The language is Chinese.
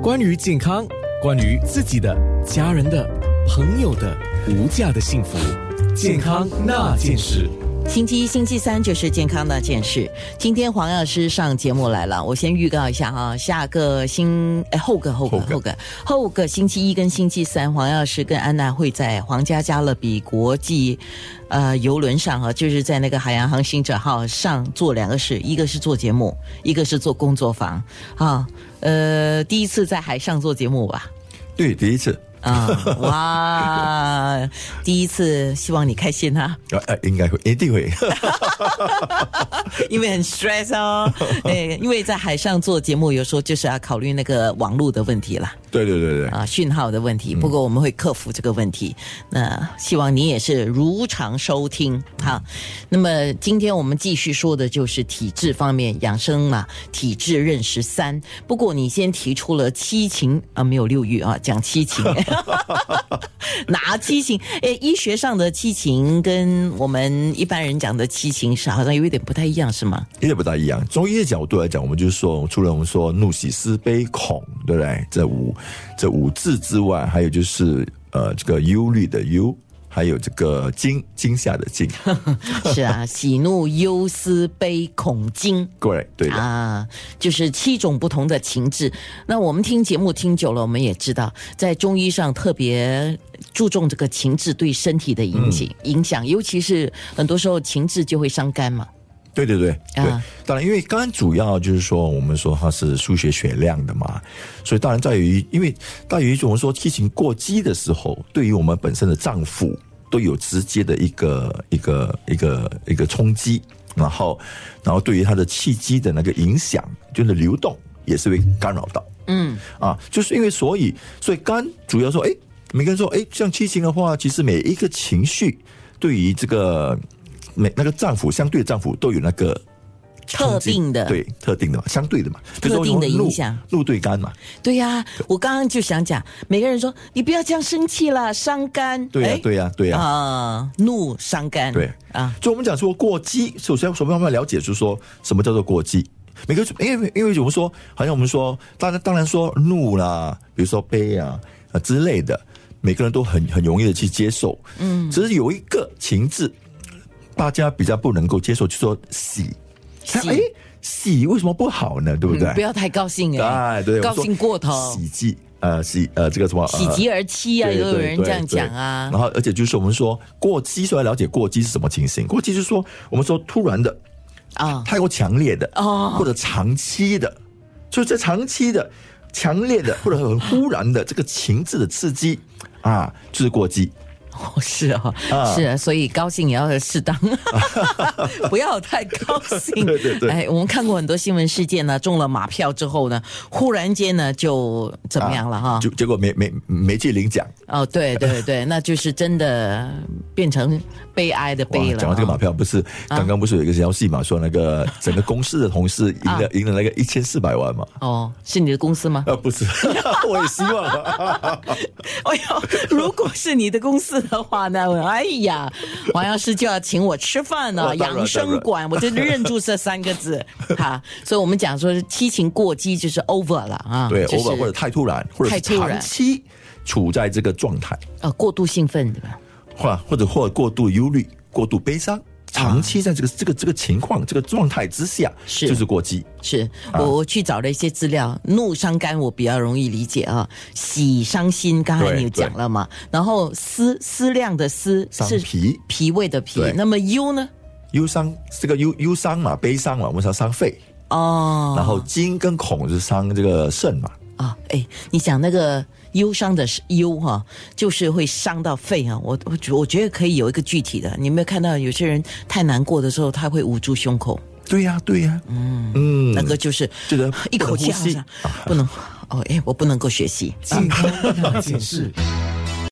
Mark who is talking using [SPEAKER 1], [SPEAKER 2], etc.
[SPEAKER 1] 关于健康，关于自己的、家人的、朋友的无价的幸福，健康
[SPEAKER 2] 啊
[SPEAKER 1] 那件事。
[SPEAKER 3] 星期一、星期三就是健康那件事。今天黄药师上节目来了，我先预告一下哈，下个星哎后个后个
[SPEAKER 2] 后个
[SPEAKER 3] 后个后个星期一跟星期三，黄药师跟安娜会在皇家加勒比国际呃游轮上哈，就是在那个海洋航行者号上做两个事，一个是做节目，一个是做工作坊啊。呃，第一次在海上做节目吧。
[SPEAKER 2] 对，第一次，
[SPEAKER 3] 啊、哇！第一次，希望你开心啊。
[SPEAKER 2] 呃呃，应该会，一定会。
[SPEAKER 3] 因为很 stress 哦，哎，因为在海上做节目，有时候就是要考虑那个网络的问题啦，
[SPEAKER 2] 对对对对，
[SPEAKER 3] 啊，讯号的问题。不过我们会克服这个问题。那希望你也是如常收听哈。那么今天我们继续说的就是体质方面养生嘛，体质认识三。不过你先提出了七情啊，没有六欲啊，讲七情。哪七情？诶，医学上的七情跟我们一般人讲的七情是好像有一点不太一样，是吗？
[SPEAKER 2] 有点不大一样。中医的角度来讲，我们就是说，除了我们说怒、喜、思、悲、恐，对不对？这五这五字之外，还有就是呃，这个忧虑的忧，还有这个惊惊吓的惊。
[SPEAKER 3] 是啊，喜怒忧思悲恐惊
[SPEAKER 2] 对对的，
[SPEAKER 3] 啊，就是七种不同的情志。那我们听节目听久了，我们也知道，在中医上特别注重这个情志对身体的影响、
[SPEAKER 2] 嗯
[SPEAKER 3] 影响，尤其是很多时候情志就会伤肝嘛。
[SPEAKER 2] 对对对对。
[SPEAKER 3] 啊
[SPEAKER 2] 当然，因为肝主要就是说，我们说它是输血血量的嘛，所以当然在于，因为在于我们说七情过激的时候，对于我们本身的脏腑都有直接的一个一个一个一个冲击，然后然后对于它的气机的那个影响，就是流动也是会干扰到。
[SPEAKER 3] 嗯，
[SPEAKER 2] 啊，就是因为所以，所以肝主要说，哎，每个人说，哎，像七情的话，其实每一个情绪对于这个每那个脏腑相对的脏腑都有那个
[SPEAKER 3] 特定的
[SPEAKER 2] 对特定的嘛，相对的嘛，比如说
[SPEAKER 3] 特定的
[SPEAKER 2] 怒
[SPEAKER 3] 影响，
[SPEAKER 2] 怒对肝嘛，
[SPEAKER 3] 对呀、我刚刚就想讲，每个人说你不要这样生气啦，伤肝。
[SPEAKER 2] 对呀、
[SPEAKER 3] 哎
[SPEAKER 2] 对呀、对呀、
[SPEAKER 3] 啊、怒伤肝。
[SPEAKER 2] 对
[SPEAKER 3] 啊，
[SPEAKER 2] 所以我们讲说过激，首先首先我们要了解就是说什么叫做过激。每个因为因为我们说，好像我们说，当然当然说怒啦，比如说悲啊啊之类的，每个人都很很容易的去接受。嗯，只是有一个情志，大家比较不能够接受，就说喜。
[SPEAKER 3] 喜
[SPEAKER 2] 哎，喜为什么不好呢？对不对？
[SPEAKER 3] 嗯不要太高兴哎、
[SPEAKER 2] 哎，对，我
[SPEAKER 3] 高
[SPEAKER 2] 说
[SPEAKER 3] 兴过头，
[SPEAKER 2] 喜极呃喜呃这个什么呃
[SPEAKER 3] 喜极而泣啊，
[SPEAKER 2] 对
[SPEAKER 3] 也有
[SPEAKER 2] 对
[SPEAKER 3] 人
[SPEAKER 2] 对
[SPEAKER 3] 这样
[SPEAKER 2] 对
[SPEAKER 3] 讲啊
[SPEAKER 2] 然。后，而且就是我们说过激，所以要了解过激是什么情形。过激就是说，我们说突然的、
[SPEAKER 3] 啊，
[SPEAKER 2] 太过强烈的，
[SPEAKER 3] 哦
[SPEAKER 2] 或者长期的，就是在长期的、强烈的或者很忽然的这个情志的刺激啊，就是过激。
[SPEAKER 3] 哦是哦，
[SPEAKER 2] 啊
[SPEAKER 3] 是啊，所以高兴也要适 当，不要太高兴。
[SPEAKER 2] 对对对
[SPEAKER 3] 哎，我们看过很多新闻事件呢，中了马票之后呢，忽然间呢就怎么样了哈？
[SPEAKER 2] 啊就结果没没没去领奖，
[SPEAKER 3] 哦，对 对对，那就是真的变成悲哀的
[SPEAKER 2] 哇
[SPEAKER 3] 悲！了。啊
[SPEAKER 2] 讲到这个马票，不是刚刚不是有一个消息嘛，说那个整个公司的同事赢了、
[SPEAKER 3] 啊
[SPEAKER 2] 赢了那个一千四百万嘛？
[SPEAKER 3] 哦，是你的公司吗？
[SPEAKER 2] 啊，不是， 我也希望啊。
[SPEAKER 3] 哎呦，如果是你的公司的话呢，哎呀，王药师就要请我吃饭了、
[SPEAKER 2] 哦当然
[SPEAKER 3] 养生馆，我就认住这三 个字哈。所以我们讲说七情过激就是 over 了啊，
[SPEAKER 2] 对，
[SPEAKER 3] 就是
[SPEAKER 2] 偶尔或者太突然，或者
[SPEAKER 3] 太
[SPEAKER 2] 是
[SPEAKER 3] 突然
[SPEAKER 2] 长期处在这个状态，
[SPEAKER 3] 呃过度兴奋对吧？
[SPEAKER 2] 或或者或过度忧虑、过度悲
[SPEAKER 3] 啊
[SPEAKER 2] 伤，长期在这个、这个这个情况、这个状态之下，
[SPEAKER 3] 是
[SPEAKER 2] 就是过激。
[SPEAKER 3] 是
[SPEAKER 2] 啊
[SPEAKER 3] 我我去找了一些资料，怒伤肝我比较容易理解啊，喜伤心，刚才
[SPEAKER 2] 对
[SPEAKER 3] 你有讲了嘛，然后思思量的思
[SPEAKER 2] 伤
[SPEAKER 3] 是
[SPEAKER 2] 脾
[SPEAKER 3] 脾胃的脾
[SPEAKER 2] 对，
[SPEAKER 3] 那么忧呢？
[SPEAKER 2] 忧伤，这个忧忧伤嘛，悲伤嘛，我们说伤肺，
[SPEAKER 3] 哦，
[SPEAKER 2] 然后惊跟恐是伤这个肾嘛，
[SPEAKER 3] 啊，哎，你讲那个忧伤的忧哈、就是会伤到肺啊。我我觉我觉得可以有一个具体的，你有没有看到有些人太难过的时候，他会捂住胸口，
[SPEAKER 2] 对呀、对呀、嗯嗯，
[SPEAKER 3] 那个就是
[SPEAKER 2] 觉得
[SPEAKER 3] 一口
[SPEAKER 2] 不
[SPEAKER 3] 气
[SPEAKER 2] 能呼吸
[SPEAKER 3] 啊，不能哦，哎，我不能够学习。
[SPEAKER 1] 健康那件事，